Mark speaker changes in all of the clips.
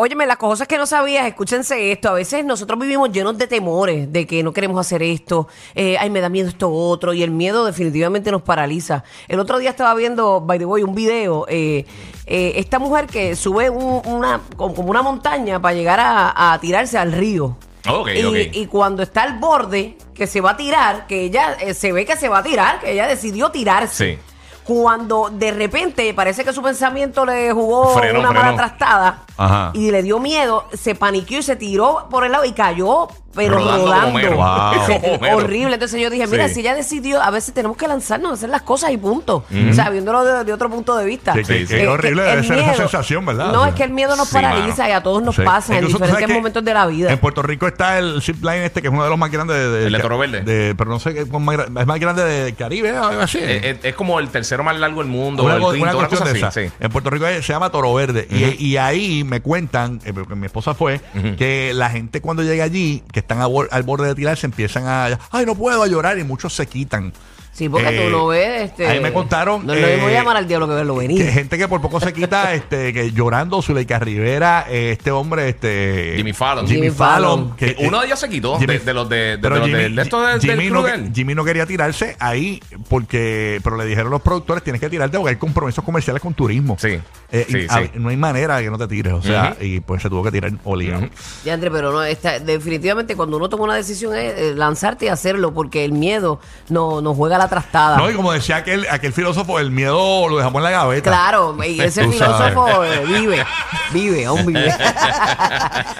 Speaker 1: óyeme, las cosas que no sabías, escúchense esto. A veces nosotros vivimos llenos de temores, de que no queremos hacer esto, eh, ay, me da miedo esto otro, y el miedo definitivamente nos paraliza. El otro día estaba viendo, by the way, un video, eh, eh, esta mujer que sube un- una, como una montaña para llegar a- a tirarse al río.
Speaker 2: Ok,
Speaker 1: y,
Speaker 2: ok.
Speaker 1: y cuando está al borde, que se va a tirar, que ella eh, se ve que se va a tirar, que ella decidió tirarse.
Speaker 2: Sí.
Speaker 1: Cuando de repente parece que su pensamiento le jugó
Speaker 2: Frenó,
Speaker 1: una
Speaker 2: frenó.
Speaker 1: mala trastada
Speaker 2: Ajá.
Speaker 1: y le dio miedo, se paniqueó y se tiró por el lado y cayó, pero
Speaker 2: Rodando
Speaker 1: rodando.
Speaker 2: como Homero. Wow.
Speaker 1: Se-
Speaker 2: Como Homero.
Speaker 1: horrible. Entonces yo dije, mira,
Speaker 2: Sí.
Speaker 1: si ella decidió, a veces tenemos que lanzarnos a hacer las cosas y punto. O sea, viéndolo de, de otro punto de vista.
Speaker 3: Que- que-
Speaker 2: Sí, sí.
Speaker 3: que
Speaker 1: Eh,
Speaker 3: horrible
Speaker 1: que
Speaker 3: debe
Speaker 1: el
Speaker 3: ser esa
Speaker 1: miedo-
Speaker 3: sensación, ¿verdad?
Speaker 1: No,
Speaker 3: O sea,
Speaker 1: es que el miedo nos
Speaker 2: Sí,
Speaker 1: paraliza
Speaker 2: mano.
Speaker 1: y a todos nos
Speaker 3: sí.
Speaker 1: pasa en
Speaker 3: Incluso tú
Speaker 1: diferentes
Speaker 3: sabes que
Speaker 1: momentos de la vida.
Speaker 3: En Puerto Rico está el zip line este, que es uno de los más grandes de, de-
Speaker 2: El de Toro Verde.
Speaker 3: de- pero no sé qué es más gra- es más grande del Caribe, o algo así.
Speaker 2: Eh, eh, es, como el tercero más largo del mundo,
Speaker 3: Una,
Speaker 2: el
Speaker 3: co-
Speaker 2: quinto,
Speaker 3: una
Speaker 2: una
Speaker 3: cuestión
Speaker 2: cosa
Speaker 3: de
Speaker 2: así.
Speaker 3: esa.
Speaker 2: sí.
Speaker 3: En Puerto Rico eh, se llama Toro Verde. Y- y, ahí me cuentan, eh, porque mi esposa fue, que la gente cuando llega allí, que están a bor- al borde de tirarse, empiezan a, ay, no puedo a llorar y muchos se quitan.
Speaker 1: Sí, porque
Speaker 3: Eh,
Speaker 1: tú lo ves. Este,
Speaker 3: ahí me contaron,
Speaker 1: No es lo mismo
Speaker 3: eh,
Speaker 1: llamar al diablo que verlo venir.
Speaker 3: Que gente que por poco se quita, este, que llorando, Zuleika Rivera, eh, este hombre, este.
Speaker 2: Jimmy Fallon.
Speaker 3: Jimmy
Speaker 1: Jimmy
Speaker 3: Fallon.
Speaker 1: Fallon.
Speaker 3: que-
Speaker 2: Eh, Uno de ellos se quitó, de- de los de- de-
Speaker 3: pero
Speaker 2: de los de- de estos del- del
Speaker 3: Jimmy
Speaker 2: club
Speaker 3: no,
Speaker 2: de él.
Speaker 3: Jimmy no quería tirarse ahí porque, pero le dijeron los productores, tienes que tirarte porque hay compromisos comerciales con turismo.
Speaker 2: Sí,
Speaker 3: Eh, y
Speaker 2: sí,
Speaker 3: a-
Speaker 2: sí.
Speaker 3: No hay manera de que no te tires, o sea,
Speaker 2: Ujú.
Speaker 3: y pues se tuvo que tirar obligado.
Speaker 1: Ya, André, pero no, está, definitivamente cuando uno toma una decisión es eh, lanzarte y hacerlo, porque el miedo no, nos juega la trastada.
Speaker 3: No, y como decía aquel, aquel filósofo, el miedo lo dejamos en la gaveta.
Speaker 1: Claro, y ese
Speaker 3: Tú sabes.
Speaker 1: filósofo eh, vive, vive, aún vive.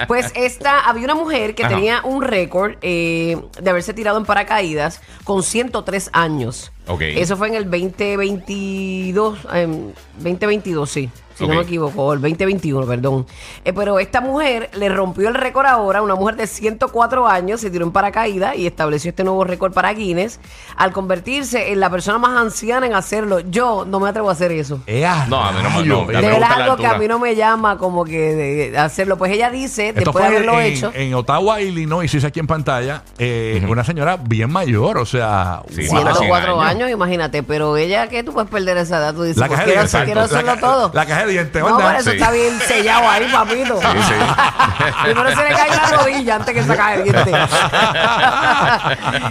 Speaker 1: pues esta, había una mujer que
Speaker 2: Ajá.
Speaker 1: tenía un récord eh, de haberse tirado en paracaídas con 103 años.
Speaker 2: Ok.
Speaker 1: Eso fue en el 2022, em, 2022, sí. Si
Speaker 2: Ok.
Speaker 1: no me equivoco, o el 2021, perdón. Eh, pero esta mujer le rompió el récord ahora, una mujer de 104 años, se tiró en paracaídas y estableció este nuevo récord para Guinness al convertirse en la persona más anciana en hacerlo. Yo no me atrevo a hacer eso.
Speaker 3: ¡Ea,
Speaker 2: No, a mí no me-
Speaker 3: Eh, rayo! eh,
Speaker 1: De
Speaker 2: no, me
Speaker 1: verdad
Speaker 2: gusta la
Speaker 1: algo que a
Speaker 2: altura.
Speaker 1: mí no me llama como que de- de hacerlo. Pues ella dice,
Speaker 3: Esto
Speaker 1: después
Speaker 3: fue
Speaker 1: de haberlo
Speaker 3: en,
Speaker 1: hecho,
Speaker 3: en Ottawa, Illinois, hice aquí en pantalla, eh, una señora bien mayor, o sea,
Speaker 2: Sí,
Speaker 3: wow.
Speaker 2: sí, la-
Speaker 1: 104
Speaker 2: 100
Speaker 1: años.
Speaker 2: años.
Speaker 1: imagínate. Pero ella, que tú puedes perder esa edad? Tú dices,
Speaker 3: La
Speaker 1: pues,
Speaker 3: caja de
Speaker 1: quiero,
Speaker 3: dientes,
Speaker 1: hacer- quiero
Speaker 3: exacto.
Speaker 1: hacerlo
Speaker 3: La ca-
Speaker 1: todo.
Speaker 3: la caja de dientes,
Speaker 1: No,
Speaker 3: ¿verdad?
Speaker 1: pero eso
Speaker 2: Sí.
Speaker 1: está bien sellado ahí, papito.
Speaker 2: Sí, sí.
Speaker 1: Primero se le cae la rodilla antes que se cae el diente.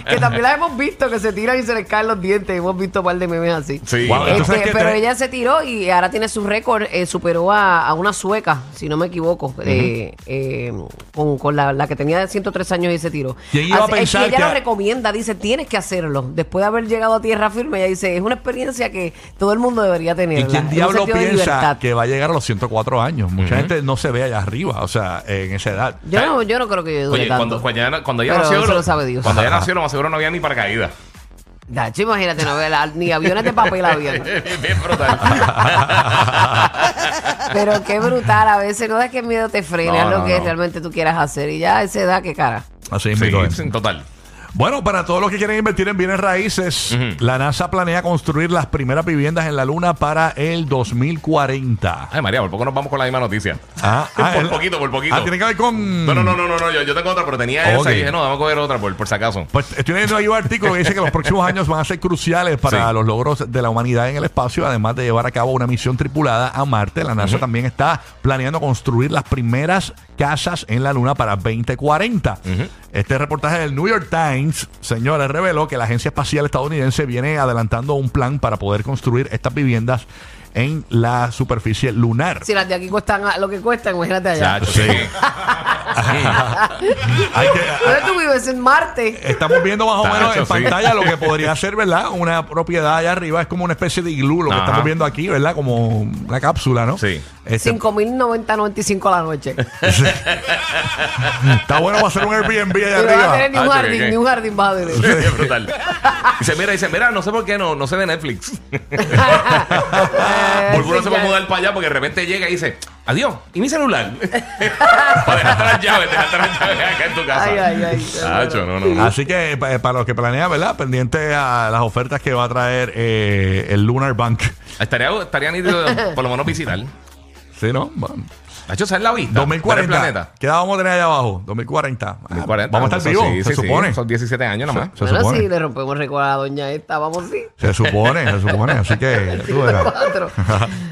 Speaker 1: que también la hemos visto, que se tiran y se les caen los dientes. Hemos visto un par de memes así.
Speaker 2: Sí,
Speaker 3: Wow,
Speaker 2: claro.
Speaker 3: entonces-
Speaker 1: Este,
Speaker 3: que
Speaker 1: pero
Speaker 3: te-
Speaker 1: ella se tiró y ahora tiene su récord, eh, superó a, a una sueca, si no me equivoco, eh, eh, con, con la, la que tenía de 103 años y se tiró.
Speaker 3: ¿Quién iba a
Speaker 1: Así- es
Speaker 3: pensar
Speaker 1: que ella
Speaker 3: que-
Speaker 1: lo recomienda, dice, tienes que hacerlo. Después de haber llegado a tierra firme, ella dice, es una experiencia que todo el mundo debería tener.
Speaker 3: ¿Y quién diablo piensa que va a llegar a los 104 años? Mucha gente no se ve allá arriba, o sea, en esa edad.
Speaker 1: Yo no, yo no creo que yo dure
Speaker 2: Oye,
Speaker 1: tanto.
Speaker 2: cuando, cuando ella, cuando ella
Speaker 1: Pero
Speaker 2: nació,
Speaker 1: eso
Speaker 2: lo-
Speaker 1: lo sabe Dios.
Speaker 2: cuando ella nació, lo más seguro no había ni paracaídas.
Speaker 1: Dacho, imagínate, no, la- ni aviones de papel habían.
Speaker 2: Bien brutal.
Speaker 1: Pero qué brutal, a veces no es que el miedo te frene,
Speaker 2: No,
Speaker 1: es lo
Speaker 2: no,
Speaker 1: que
Speaker 2: no.
Speaker 1: realmente tú quieras hacer. Y ya a esa edad, qué cara.
Speaker 3: Así es,
Speaker 2: sí,
Speaker 3: Miguel.
Speaker 2: sí, en total.
Speaker 3: Bueno, para todos los que quieren invertir en bienes raíces, la NASA planea construir las primeras viviendas en la Luna para el 2040.
Speaker 2: Ay, María, por poco nos vamos con la misma noticia.
Speaker 3: Ah, ah,
Speaker 2: por
Speaker 3: el-
Speaker 2: poquito, por poquito.
Speaker 3: Ah, tiene que ver con.
Speaker 2: No, no, no, no, no, no, yo, yo tengo otra, pero tenía
Speaker 3: Ok.
Speaker 2: esa y dije, no, vamos a coger otra por, por si acaso.
Speaker 3: Pues estoy leyendo ahí un artículo que dice que los próximos años van a ser cruciales para
Speaker 2: Sí.
Speaker 3: los logros de la humanidad en el espacio, además de llevar a cabo una misión tripulada a Marte. La NASA también está planeando construir las primeras casas en la Luna para 2040. Este reportaje del New York Times, señores, reveló que la Agencia Espacial Estadounidense viene adelantando un plan para poder construir estas viviendas en la superficie lunar.
Speaker 1: Si las de aquí cuestan a- lo que cuestan, imagínate allá.
Speaker 2: Chacho,
Speaker 3: Sí.
Speaker 2: sí.
Speaker 3: Hay que-
Speaker 1: ¿Dónde tú vives? En Marte.
Speaker 3: Estamos viendo más o
Speaker 2: Tacho,
Speaker 3: menos en
Speaker 2: sí.
Speaker 3: pantalla lo que podría ser, ¿verdad? Una propiedad allá arriba. Es como una especie de iglú lo que
Speaker 2: Ajá.
Speaker 3: estamos viendo aquí, ¿verdad? Como una cápsula, ¿no?
Speaker 2: Sí.
Speaker 3: Este-
Speaker 1: 5.090.95 a la noche.
Speaker 3: mm, está bueno para hacer un Airbnb allá
Speaker 1: Y no vas a
Speaker 3: arriba.
Speaker 1: tener ni un
Speaker 2: Ah,
Speaker 1: jardín,
Speaker 2: ¿qué, qué?
Speaker 1: ni un jardín vas a tener. Eh,
Speaker 2: Bien brutal. Dice, mira, dice, mira, no sé por qué no, no se ve Netflix.
Speaker 1: Ah,
Speaker 2: Por uno se va a mudar para allá porque de repente llega y dice, adiós, ¿y mi celular? para dejarte las llaves, dejarte las llaves acá en tu casa.
Speaker 1: Ay, ay, ay, qué
Speaker 2: Chacho, no, no, no.
Speaker 3: Así que eh, pa- eh, para los que planean, ¿verdad? Pendiente a las ofertas que va a traer eh, el Lunar Bank.
Speaker 2: Estaría, estaría nítido por lo menos visitar.
Speaker 3: ¿Sí, no? Bueno.
Speaker 2: Nacho, esa es la vista. del
Speaker 3: 2040.
Speaker 2: planeta.
Speaker 3: ¿Qué edad vamos a tener allá abajo? 2040. Ah,
Speaker 2: 2040.
Speaker 3: Vamos a estar
Speaker 2: Eso
Speaker 3: vivos,
Speaker 2: sí,
Speaker 3: se
Speaker 2: sí, sí.
Speaker 3: supone.
Speaker 2: Son 17 años nomás.
Speaker 3: Se
Speaker 1: bueno,
Speaker 3: supone.
Speaker 1: sí, le rompemos récord a la doña esta, vamos sí.
Speaker 3: Se supone, se supone. Así que. tú verás.
Speaker 1: Cuatro.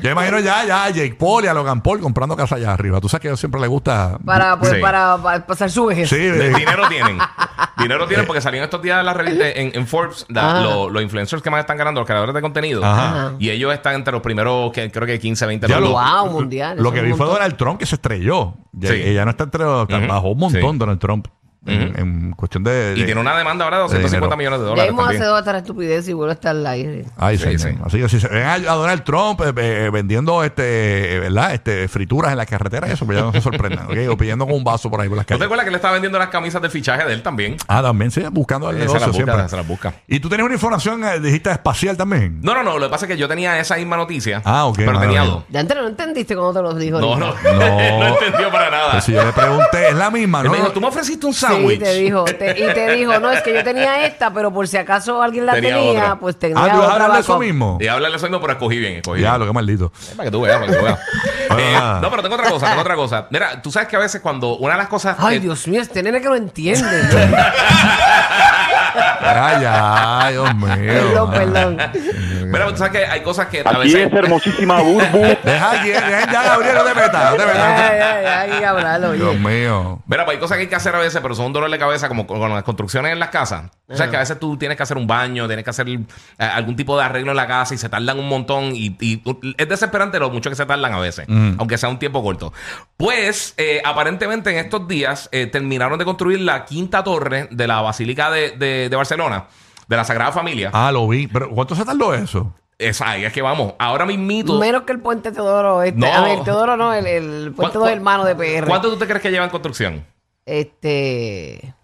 Speaker 3: Yo imagino ya, ya, a Jake Paul y a Logan Paul comprando casa allá arriba. Tú sabes que a ellos siempre les gusta.
Speaker 1: Para, pues,
Speaker 2: Sí.
Speaker 1: para, para pasar su vejez.
Speaker 3: Sí, eh,
Speaker 2: Dinero tienen. Dinero tienen porque salieron estos días en la revista en, en Forbes la-
Speaker 1: Ajá.
Speaker 2: lo- los influencers que más están ganando, los creadores de contenido.
Speaker 3: Ajá.
Speaker 2: Y ellos están entre los primeros, que, creo que 15, 20
Speaker 3: Ya
Speaker 2: los-
Speaker 3: lo-
Speaker 1: Wow, mundial.
Speaker 3: Lo
Speaker 1: eso
Speaker 3: que
Speaker 1: es un
Speaker 3: vi fue
Speaker 1: montón.
Speaker 3: Donald Trump que se estrelló. Ya,
Speaker 2: Sí.
Speaker 3: Ella no está entre los-
Speaker 2: Ujú.
Speaker 3: Bajó un montón
Speaker 2: Sí.
Speaker 3: Donald Trump en, en cuestión de.
Speaker 2: Y
Speaker 3: de-
Speaker 2: tiene una demanda ahora de 250
Speaker 3: dinero.
Speaker 2: millones de
Speaker 1: Ya
Speaker 2: dólares.
Speaker 1: hemos
Speaker 2: también.
Speaker 1: hace dos estas estupidez y vuelve a estar al aire.
Speaker 3: Ay,
Speaker 2: Sí,
Speaker 3: señor.
Speaker 2: sí.
Speaker 3: Así que si se ven a, a Donald Trump eh, eh, vendiendo este, eh, ¿verdad? Este, frituras en la carretera, eso, pues ya no se sorprendan, ¿ok? O pidiendo con un vaso por ahí por las
Speaker 2: ¿No te
Speaker 3: calles.
Speaker 2: acuerdas que le estaba vendiendo las camisas del fichaje de él también?
Speaker 3: Ah, también, sí, buscando el
Speaker 2: Esa
Speaker 3: negocio
Speaker 2: la busca,
Speaker 3: siempre.
Speaker 2: esa la busca.
Speaker 3: Y tú tienes una información, eh, dijiste, espacial también.
Speaker 2: No, no, no. Lo que pasa es que yo tenía esa misma noticia.
Speaker 3: Ah, ok,
Speaker 2: Pero
Speaker 3: madre
Speaker 2: tenía
Speaker 3: mía.
Speaker 2: dos.
Speaker 1: Ya antes no entendiste cuando te lo dijo.
Speaker 2: No, no.
Speaker 1: ahorita.
Speaker 2: No, entendió para nada.
Speaker 3: Pero si yo le pregunté, es la misma,
Speaker 2: Él
Speaker 3: Pues ¿no?
Speaker 2: me dijo, tú me ofreciste un
Speaker 1: Sí,
Speaker 2: sándwich.
Speaker 1: te dijo. te- y te dijo, no, es que yo tenía esta, pero por si acaso alguien la
Speaker 2: Tenía
Speaker 1: tenía,
Speaker 2: otra.
Speaker 1: pues tenía
Speaker 3: ah, tú
Speaker 1: otra.
Speaker 3: hablas de eso
Speaker 1: backup.
Speaker 3: mismo.
Speaker 2: Y háblale eso mismo, pero escogí bien, escogí bien.
Speaker 3: Diablo, qué maldito.
Speaker 2: Eh, Para que tú veas, para que tú veas.
Speaker 3: Bueno,
Speaker 2: Eh,
Speaker 3: nada.
Speaker 2: no, pero tengo otra cosa, tengo otra cosa. Mira, tú sabes que a veces cuando una de las cosas.
Speaker 1: Ay,
Speaker 2: eh,
Speaker 1: Dios mío, este nene que no entiende.
Speaker 3: Ay, ay, Dios
Speaker 1: Perdón,
Speaker 3: mío. Ay,
Speaker 1: perdón.
Speaker 3: Dios mío.
Speaker 2: Mira, tú sabes que hay cosas que a
Speaker 4: Aquí
Speaker 2: veces.
Speaker 4: es hermosísima Burbu.
Speaker 3: Deja aquí, deja ya, Gabriel, no te
Speaker 2: Ah,
Speaker 3: metas, no te
Speaker 1: ay,
Speaker 3: metas.
Speaker 1: ay, ay, hay que hablarlo,
Speaker 3: Dios
Speaker 1: oye.
Speaker 3: mío.
Speaker 2: Mira, pues hay cosas que hay que hacer a veces, pero son un dolor de cabeza, como con, con las construcciones en las casas. O sea, que a veces tú tienes que hacer un baño, tienes que hacer eh, algún tipo de arreglo en la casa y se tardan un montón. Y, y es desesperante lo mucho que se tardan a veces, aunque sea un tiempo corto. Pues, eh, aparentemente en estos días eh, terminaron de construir la quinta torre de la Basílica de, de- de Barcelona, de la Sagrada Familia.
Speaker 3: Ah, lo vi. Pero ¿cuánto se tardó eso?
Speaker 2: Es ahí, es que vamos. Ahora mismito.
Speaker 1: Menos que el puente Teodoro. Este,
Speaker 2: No.
Speaker 1: A ver, el Teodoro no, el, el puente
Speaker 2: ¿Cuán-
Speaker 1: dos
Speaker 2: cuán-
Speaker 1: hermanos de PR.
Speaker 2: ¿Cuánto tú te crees que lleva en construcción?
Speaker 1: Este.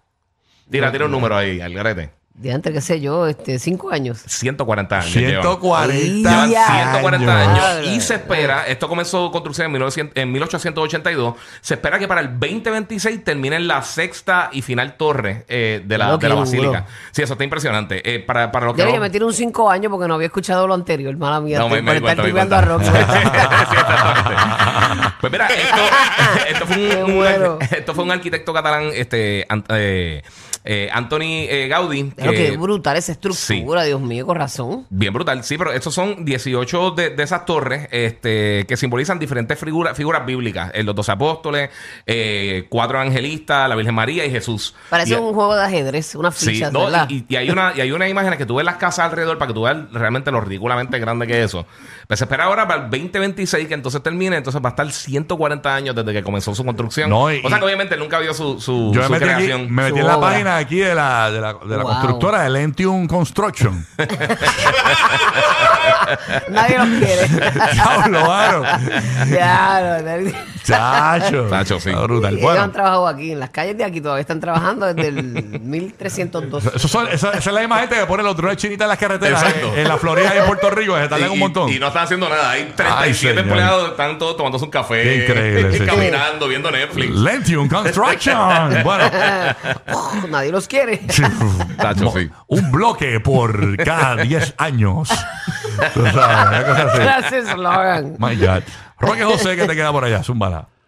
Speaker 2: Tira, tira un número ahí, al garete.
Speaker 1: De antes, qué sé yo, este, cinco años.
Speaker 2: 140 años. llevan.
Speaker 3: 140
Speaker 2: Llevan
Speaker 1: Ay, ya.
Speaker 2: 140 años.
Speaker 1: Madre.
Speaker 2: Y se espera, esto comenzó construcción en, 1900 en 1882, se espera que para el 2026 terminen la sexta y final torre eh, de, la,
Speaker 1: Lo
Speaker 2: de la
Speaker 1: que
Speaker 2: basílica.
Speaker 1: Oh, duro.
Speaker 2: Sí, eso está impresionante. Eh, para, para lo que...
Speaker 1: Ya
Speaker 2: no-
Speaker 1: yo me tiré un cinco años porque no había escuchado lo anterior, mala mía.
Speaker 2: no,
Speaker 1: estoy
Speaker 2: me, me di
Speaker 1: por estar
Speaker 2: cuenta, me di
Speaker 1: tripeando a Rocky.
Speaker 2: cuenta. Sí, exactamente. pues mira, esto, esto fue
Speaker 1: Qué
Speaker 2: un, un-
Speaker 1: bueno.
Speaker 2: esto fue un arquitecto catalán, este, an- eh, eh, Anthony eh, Gaudí.
Speaker 1: Pero
Speaker 2: que-
Speaker 1: qué brutal esa estructura, Dios mío, con razón.
Speaker 2: Bien brutal, sí, pero estos son 18 de, de esas torres este, que simbolizan diferentes figuras figuras bíblicas. Eh, los dos apóstoles, eh, cuatro evangelistas, la Virgen María y Jesús.
Speaker 1: Parece
Speaker 2: Y- eh,
Speaker 1: un juego de ajedrez, una
Speaker 2: Sí,
Speaker 1: ficha,
Speaker 2: no,
Speaker 1: ¿verdad?
Speaker 2: y, y- y hay una, y hay una imagen que tú ves las casas alrededor para que tú veas realmente lo ridículamente grande que es eso. Pues se espera ahora para el 2026 que entonces termine, entonces va a estar 140 años desde que comenzó su construcción.
Speaker 3: No, y-
Speaker 2: o sea que obviamente nunca vio su, su,
Speaker 3: Yo
Speaker 2: su
Speaker 3: me metí, aquí-
Speaker 2: creación.
Speaker 3: me metí
Speaker 1: Su
Speaker 3: en la
Speaker 1: obra.
Speaker 3: página aquí de la, de la, de la
Speaker 1: Wow.
Speaker 3: constructora de Lentium Construction.
Speaker 1: Nadie los quiere.
Speaker 3: Diablo, Aro.
Speaker 1: ya, no, no.
Speaker 3: Chacho.
Speaker 2: Chacho, sí.
Speaker 3: Está Brutal.
Speaker 1: Ellos han
Speaker 3: Bueno,
Speaker 1: trabajado aquí, en las calles de aquí todavía están trabajando desde el 1302.
Speaker 3: eso son- esa, esa es la misma gente que pone los drones chinitas en las carreteras.
Speaker 2: Exacto.
Speaker 3: En, en la Florida y en Puerto Rico. Se tardan
Speaker 2: Y-
Speaker 3: un
Speaker 2: y-
Speaker 3: montón.
Speaker 2: Y, no están haciendo nada. Hay 37
Speaker 3: señor.
Speaker 2: empleados, están todos tomándose un café.
Speaker 3: Qué increíble, sí, sí.
Speaker 2: caminando, viendo Netflix.
Speaker 3: Lentium Construction. bueno.
Speaker 1: Uf, Nadie los quiere.
Speaker 3: sí,
Speaker 2: Chacho, sí.
Speaker 3: Un bloque por cada 10 años. Tú sabes, una cosa así.
Speaker 1: Ese eslogan.
Speaker 3: My God. Roque José, que te queda por allá? Zúmbala.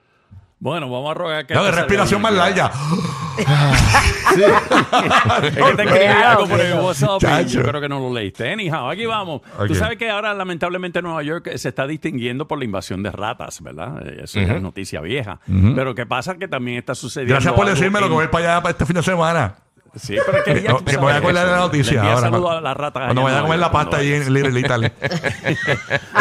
Speaker 5: Bueno, vamos a rogar que.
Speaker 3: No, de
Speaker 5: esto
Speaker 3: respiración
Speaker 5: salga
Speaker 3: más
Speaker 5: bien.
Speaker 3: larga.
Speaker 5: Es que te escribí
Speaker 1: Claro,
Speaker 5: algo por el
Speaker 1: pero-
Speaker 5: WhatsApp y
Speaker 3: Chacho.
Speaker 5: yo creo que no lo leíste. Anyhow, aquí vamos.
Speaker 3: Ok.
Speaker 5: Tú sabes que ahora, lamentablemente, Nueva York se está distinguiendo por la invasión de ratas, ¿verdad? Eh, Eso ya es noticia vieja. Pero ¿qué pasa? Que también está sucediendo.
Speaker 3: Gracias por
Speaker 5: algo
Speaker 3: decirme lo que
Speaker 5: en-
Speaker 3: voy para allá para este fin de semana.
Speaker 5: Sí, pero que
Speaker 3: No, que me voy a acordar de la noticia ahora.
Speaker 5: saludo
Speaker 3: cuando-
Speaker 5: a las ratas.
Speaker 3: cuando
Speaker 5: allá
Speaker 3: vaya a
Speaker 5: en
Speaker 3: comer la
Speaker 5: Nueva
Speaker 3: pasta
Speaker 5: York,
Speaker 3: allí
Speaker 5: cuando
Speaker 3: en Little Italy.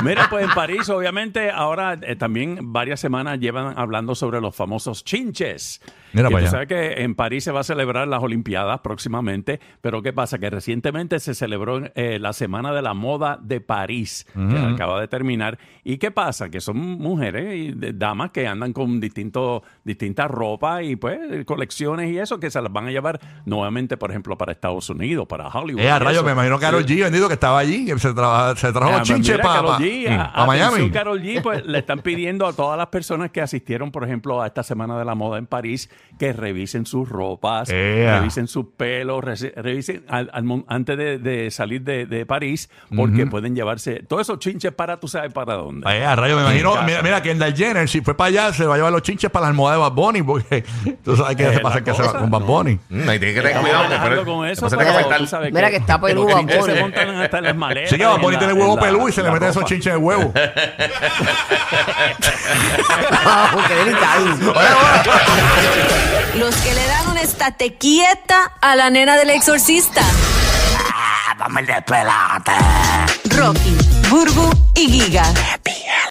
Speaker 5: Mira, pues en París, obviamente, ahora eh, también varias semanas llevan hablando sobre los famosos chinches.
Speaker 3: Mira
Speaker 5: Que
Speaker 3: para
Speaker 5: tú
Speaker 3: allá.
Speaker 5: sabes que en París se va a celebrar las Olimpiadas próximamente, pero ¿qué pasa? Que recientemente se celebró eh, la Semana de la Moda de París, que acaba de terminar. ¿Y qué pasa? Que son mujeres y de- damas que andan con distintos distintas ropas y pues colecciones y eso, que se las van a llevar nuevamente, por ejemplo, para Estados Unidos, para Hollywood.
Speaker 3: Eh, a
Speaker 5: y
Speaker 3: rayos,
Speaker 5: eso.
Speaker 3: me imagino que Carol G, bendito, que estaba allí, que se, traba- se trajo
Speaker 5: Ah,
Speaker 3: los
Speaker 5: pues
Speaker 3: chinches
Speaker 5: mira,
Speaker 3: para
Speaker 5: Karol G, a-
Speaker 3: Mm. Miami.
Speaker 5: atención, Karol G, pues le están pidiendo a todas las personas que asistieron, por ejemplo, a esta Semana de la Moda en París, que revisen sus ropas,
Speaker 3: Ea.
Speaker 5: revisen sus pelos, rese- revisen al- al mon- antes de, de salir de, de París, porque pueden llevarse todos esos chinches para tú sabes para dónde.
Speaker 3: Ay, a rayo, me imagino. Mira, mira, Kendall Jenner, si fue para allá, se va a llevar los chinches para la almohada de Bad Bunny, porque tú sabes que
Speaker 5: Eh,
Speaker 3: se pasa
Speaker 5: la
Speaker 3: que se va
Speaker 5: cosa,
Speaker 3: con Bad
Speaker 5: no.
Speaker 3: Bunny.
Speaker 2: Mm, ahí tienes que tener
Speaker 5: Estamos
Speaker 2: cuidado. porque
Speaker 5: relajando
Speaker 2: pero-
Speaker 5: con eso,
Speaker 2: después se te
Speaker 5: pero
Speaker 2: va a saltar.
Speaker 5: tú sabes
Speaker 1: Mira que está peludo,
Speaker 5: los chinches
Speaker 1: Bad
Speaker 5: Se
Speaker 1: Bunny.
Speaker 5: montan hasta en las maletas.
Speaker 3: Sí, que Bad
Speaker 5: en
Speaker 3: Bunny
Speaker 5: la-
Speaker 3: tiene
Speaker 5: en
Speaker 3: huevo
Speaker 5: la-
Speaker 3: pelú y se
Speaker 5: en
Speaker 3: le
Speaker 5: la
Speaker 3: meten esos
Speaker 5: ropa.
Speaker 3: chinches de huevo.
Speaker 1: Qué delicado.
Speaker 4: Los que le dan un estate quieta a la nena del exorcista. Rocky, Burbu y Giga.